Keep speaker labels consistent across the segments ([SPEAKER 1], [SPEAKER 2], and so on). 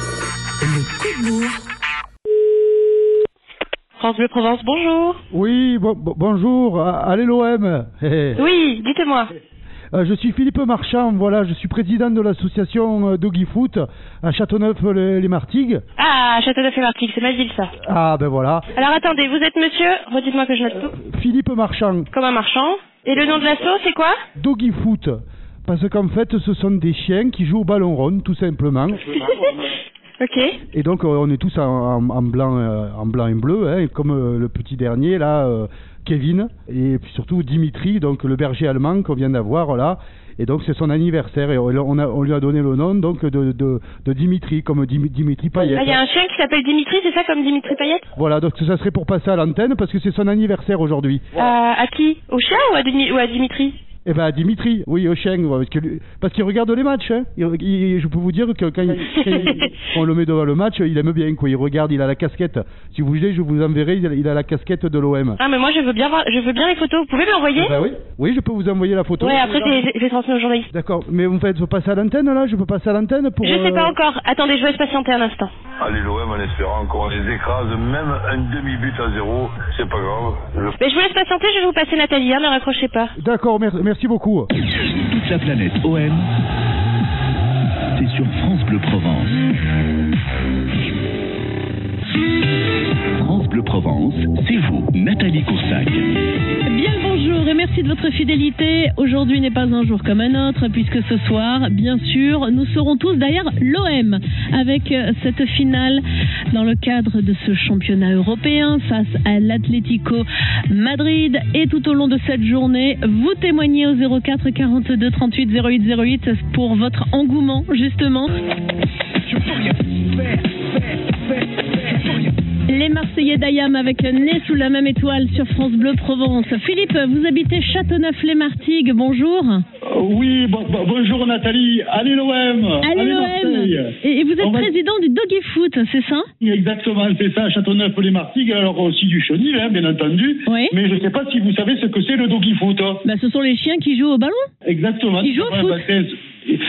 [SPEAKER 1] le coup de bourre.
[SPEAKER 2] France Bleu Provence, bonjour.
[SPEAKER 3] Oui, bon- bon- bonjour, à- allez l'OM.
[SPEAKER 2] Oui, dites-moi.
[SPEAKER 3] Euh, je suis Philippe Marchand, voilà, je suis président de l'association euh, Doggy Foot à Châteauneuf-les-Martigues.
[SPEAKER 2] Ah, Châteauneuf et Martigues, c'est ma ville ça.
[SPEAKER 3] Ah ben voilà,
[SPEAKER 2] Alors attendez, vous êtes monsieur Redites-moi que je note tout.
[SPEAKER 3] Philippe Marchand,
[SPEAKER 2] Comme un marchand. Et le nom de l'assaut, c'est quoi
[SPEAKER 3] Doggy Foot. Parce qu'en fait, ce sont des chiens qui jouent au ballon rond, tout simplement.
[SPEAKER 2] Ok.
[SPEAKER 3] Et donc, euh, on est tous en, en- en blanc, euh, en blanc et bleu, hein, comme euh, le petit dernier, là, euh, Kevin, et puis surtout Dimitri, donc le berger allemand qu'on vient d'avoir, là. Et donc, c'est son anniversaire, et on, on a- on lui a donné le nom, donc, de, de, de Dimitri, comme Dim- Dimitri Payet.
[SPEAKER 2] Ah, il y a un chien qui s'appelle Dimitri, c'est ça comme Dimitri Payette
[SPEAKER 3] Voilà, donc ça serait pour passer à l'antenne, parce que c'est son anniversaire aujourd'hui.
[SPEAKER 2] Euh, À qui Au chien ou à, Dimi- ou à Dimitri
[SPEAKER 3] Eh ben Dimitri, oui, au chien, ouais, parce que lui- parce qu'il regarde les matchs. hein. Il- il- je peux vous dire que quand, il- quand il- on le met devant le match, il aime bien quoi. Il regarde, il a la casquette. Si vous voulez, je vous enverrai. Il a, il a la casquette de l'OM.
[SPEAKER 2] Ah, mais moi je veux bien voir, je veux bien les photos. Vous pouvez me l'envoyer
[SPEAKER 3] Eh ben oui, oui, je peux vous envoyer la photo.
[SPEAKER 2] Ouais, après je les- je les transmets aux journalistes.
[SPEAKER 3] D'accord, mais vous me faites passer à l'antenne là. Je peux passer à l'antenne pour.
[SPEAKER 2] Je sais pas
[SPEAKER 3] euh,
[SPEAKER 2] encore. Attendez, je vais se patienter un instant.
[SPEAKER 4] Allez l'OM en espérant qu'on les écrase, même un demi-but à zéro, c'est pas grave. Le
[SPEAKER 2] Mais je vous laisse patienter, je vais vous passer Nathalie, hein, ne raccrochez pas.
[SPEAKER 3] D'accord, mer- merci beaucoup.
[SPEAKER 5] Toute la planète OM, c'est sur France Bleu Provence. France Bleu Provence, c'est vous, Nathalie Coursac.
[SPEAKER 6] Eh Bien le bonjour et merci de votre fidélité. Aujourd'hui n'est pas un jour comme un autre puisque ce soir, bien sûr, nous serons tous derrière l'OM avec euh, cette finale dans le cadre de ce championnat européen face à l'Atlético Madrid. Et tout au long de cette journée, vous témoignez au 04 42 38 08 08 pour votre engouement justement. Les Marseillais d'Ayam avec Nez sous la même étoile sur France Bleu Provence. Philippe, vous habitez Châteauneuf-les-Martigues, bonjour.
[SPEAKER 7] Euh, Oui, bon- bon- bonjour Nathalie. Allez l'OM
[SPEAKER 6] Allez l'OM
[SPEAKER 7] Marseille.
[SPEAKER 6] Et et vous êtes
[SPEAKER 7] On va-
[SPEAKER 6] président du Doggy Foot, c'est ça
[SPEAKER 7] Exactement, c'est ça, Châteauneuf, les Martigues, alors aussi du chenil, hein, bien entendu.
[SPEAKER 6] Oui.
[SPEAKER 7] Mais je ne sais pas si vous savez ce que c'est le doggy foot. hein.
[SPEAKER 6] bah, Ce sont les chiens qui jouent au ballon
[SPEAKER 7] Exactement.
[SPEAKER 6] Ils jouent au
[SPEAKER 7] Ouais,
[SPEAKER 6] foot.
[SPEAKER 7] bah, c'est-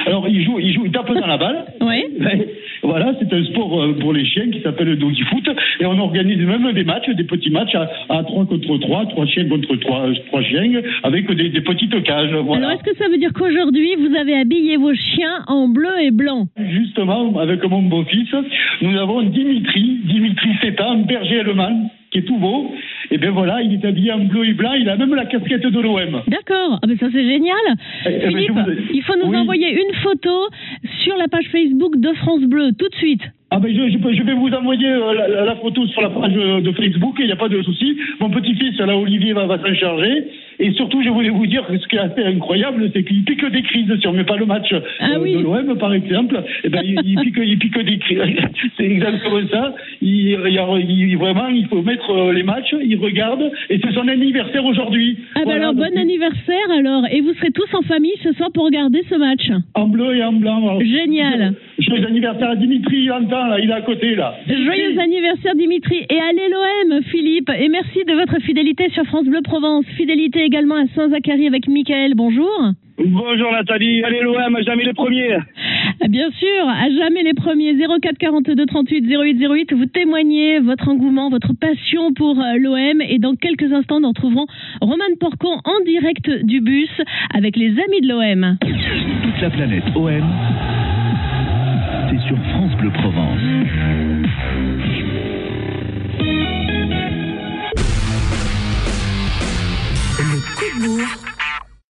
[SPEAKER 7] Alors, ils jouent, ils jouent, ils tapent dans la balle.
[SPEAKER 6] Oui.
[SPEAKER 7] Ouais. Voilà, c'est un sport euh, pour les chiens qui s'appelle le doggy foot. Et on organise même des matchs, des petits matchs à, à 3 contre 3, 3 chiens contre 3, chiens, avec des, des petites cages. Voilà.
[SPEAKER 6] Alors est-ce que ça veut dire qu'aujourd'hui, vous avez habillé vos chiens en bleu et blanc
[SPEAKER 7] Justement, avec mon beau-fils, nous avons Dimitri, Dimitri Seta, un berger allemand, qui est tout beau. Et bien voilà, il est habillé en bleu et blanc, il a même la casquette de l'OM.
[SPEAKER 6] D'accord, ah, mais ça c'est génial.
[SPEAKER 7] Eh, eh,
[SPEAKER 6] Philippe,
[SPEAKER 7] mais je vous-
[SPEAKER 6] il faut nous
[SPEAKER 7] Oui.
[SPEAKER 6] envoyer une photo sur la page Facebook de France Bleu, tout de suite.
[SPEAKER 7] Ah ben je, je peux- je vais vous envoyer euh, la, la- la photo sur la page euh, de Facebook, il n'y a pas de souci. Mon petit-fils, là, Olivier, va, va s'en charger. Et surtout, je voulais vous dire que ce qui est assez incroyable, c'est qu'il pique des crises, si on ne met pas le match euh,
[SPEAKER 6] Ah oui.
[SPEAKER 7] de l'OM, par exemple, eh ben, il, il pique, il pique des crises. c'est exactement ça. Il, il y a- il- vraiment, il faut mettre euh, les matchs, il regarde, et c'est son anniversaire aujourd'hui.
[SPEAKER 6] Ah bah
[SPEAKER 7] Voilà,
[SPEAKER 6] alors
[SPEAKER 7] donc,
[SPEAKER 6] bon anniversaire alors, et vous serez tous en famille ce soir pour regarder ce match.
[SPEAKER 7] En bleu et en blanc. Alors,
[SPEAKER 6] Génial.
[SPEAKER 7] Joyeux anniversaire à Dimitri, il entend, là, il est à côté, là.
[SPEAKER 6] Joyeux anniversaire Dimitri et allez l'OM Philippe et merci de votre fidélité sur France Bleu Provence. Fidélité également à Saint-Zacharie avec Michael, bonjour.
[SPEAKER 7] Bonjour Nathalie, allez l'OM, jamais les premiers.
[SPEAKER 6] Ah, Bien sûr, à jamais les premiers 04 42 38 08 08, vous témoignez votre engouement, votre passion pour euh, l'OM et dans quelques instants nous retrouverons Roman Porcon en direct du bus avec les amis de l'OM.
[SPEAKER 5] Toute la planète OM, c'est sur France Bleu Provence.
[SPEAKER 1] Le coup de bourre.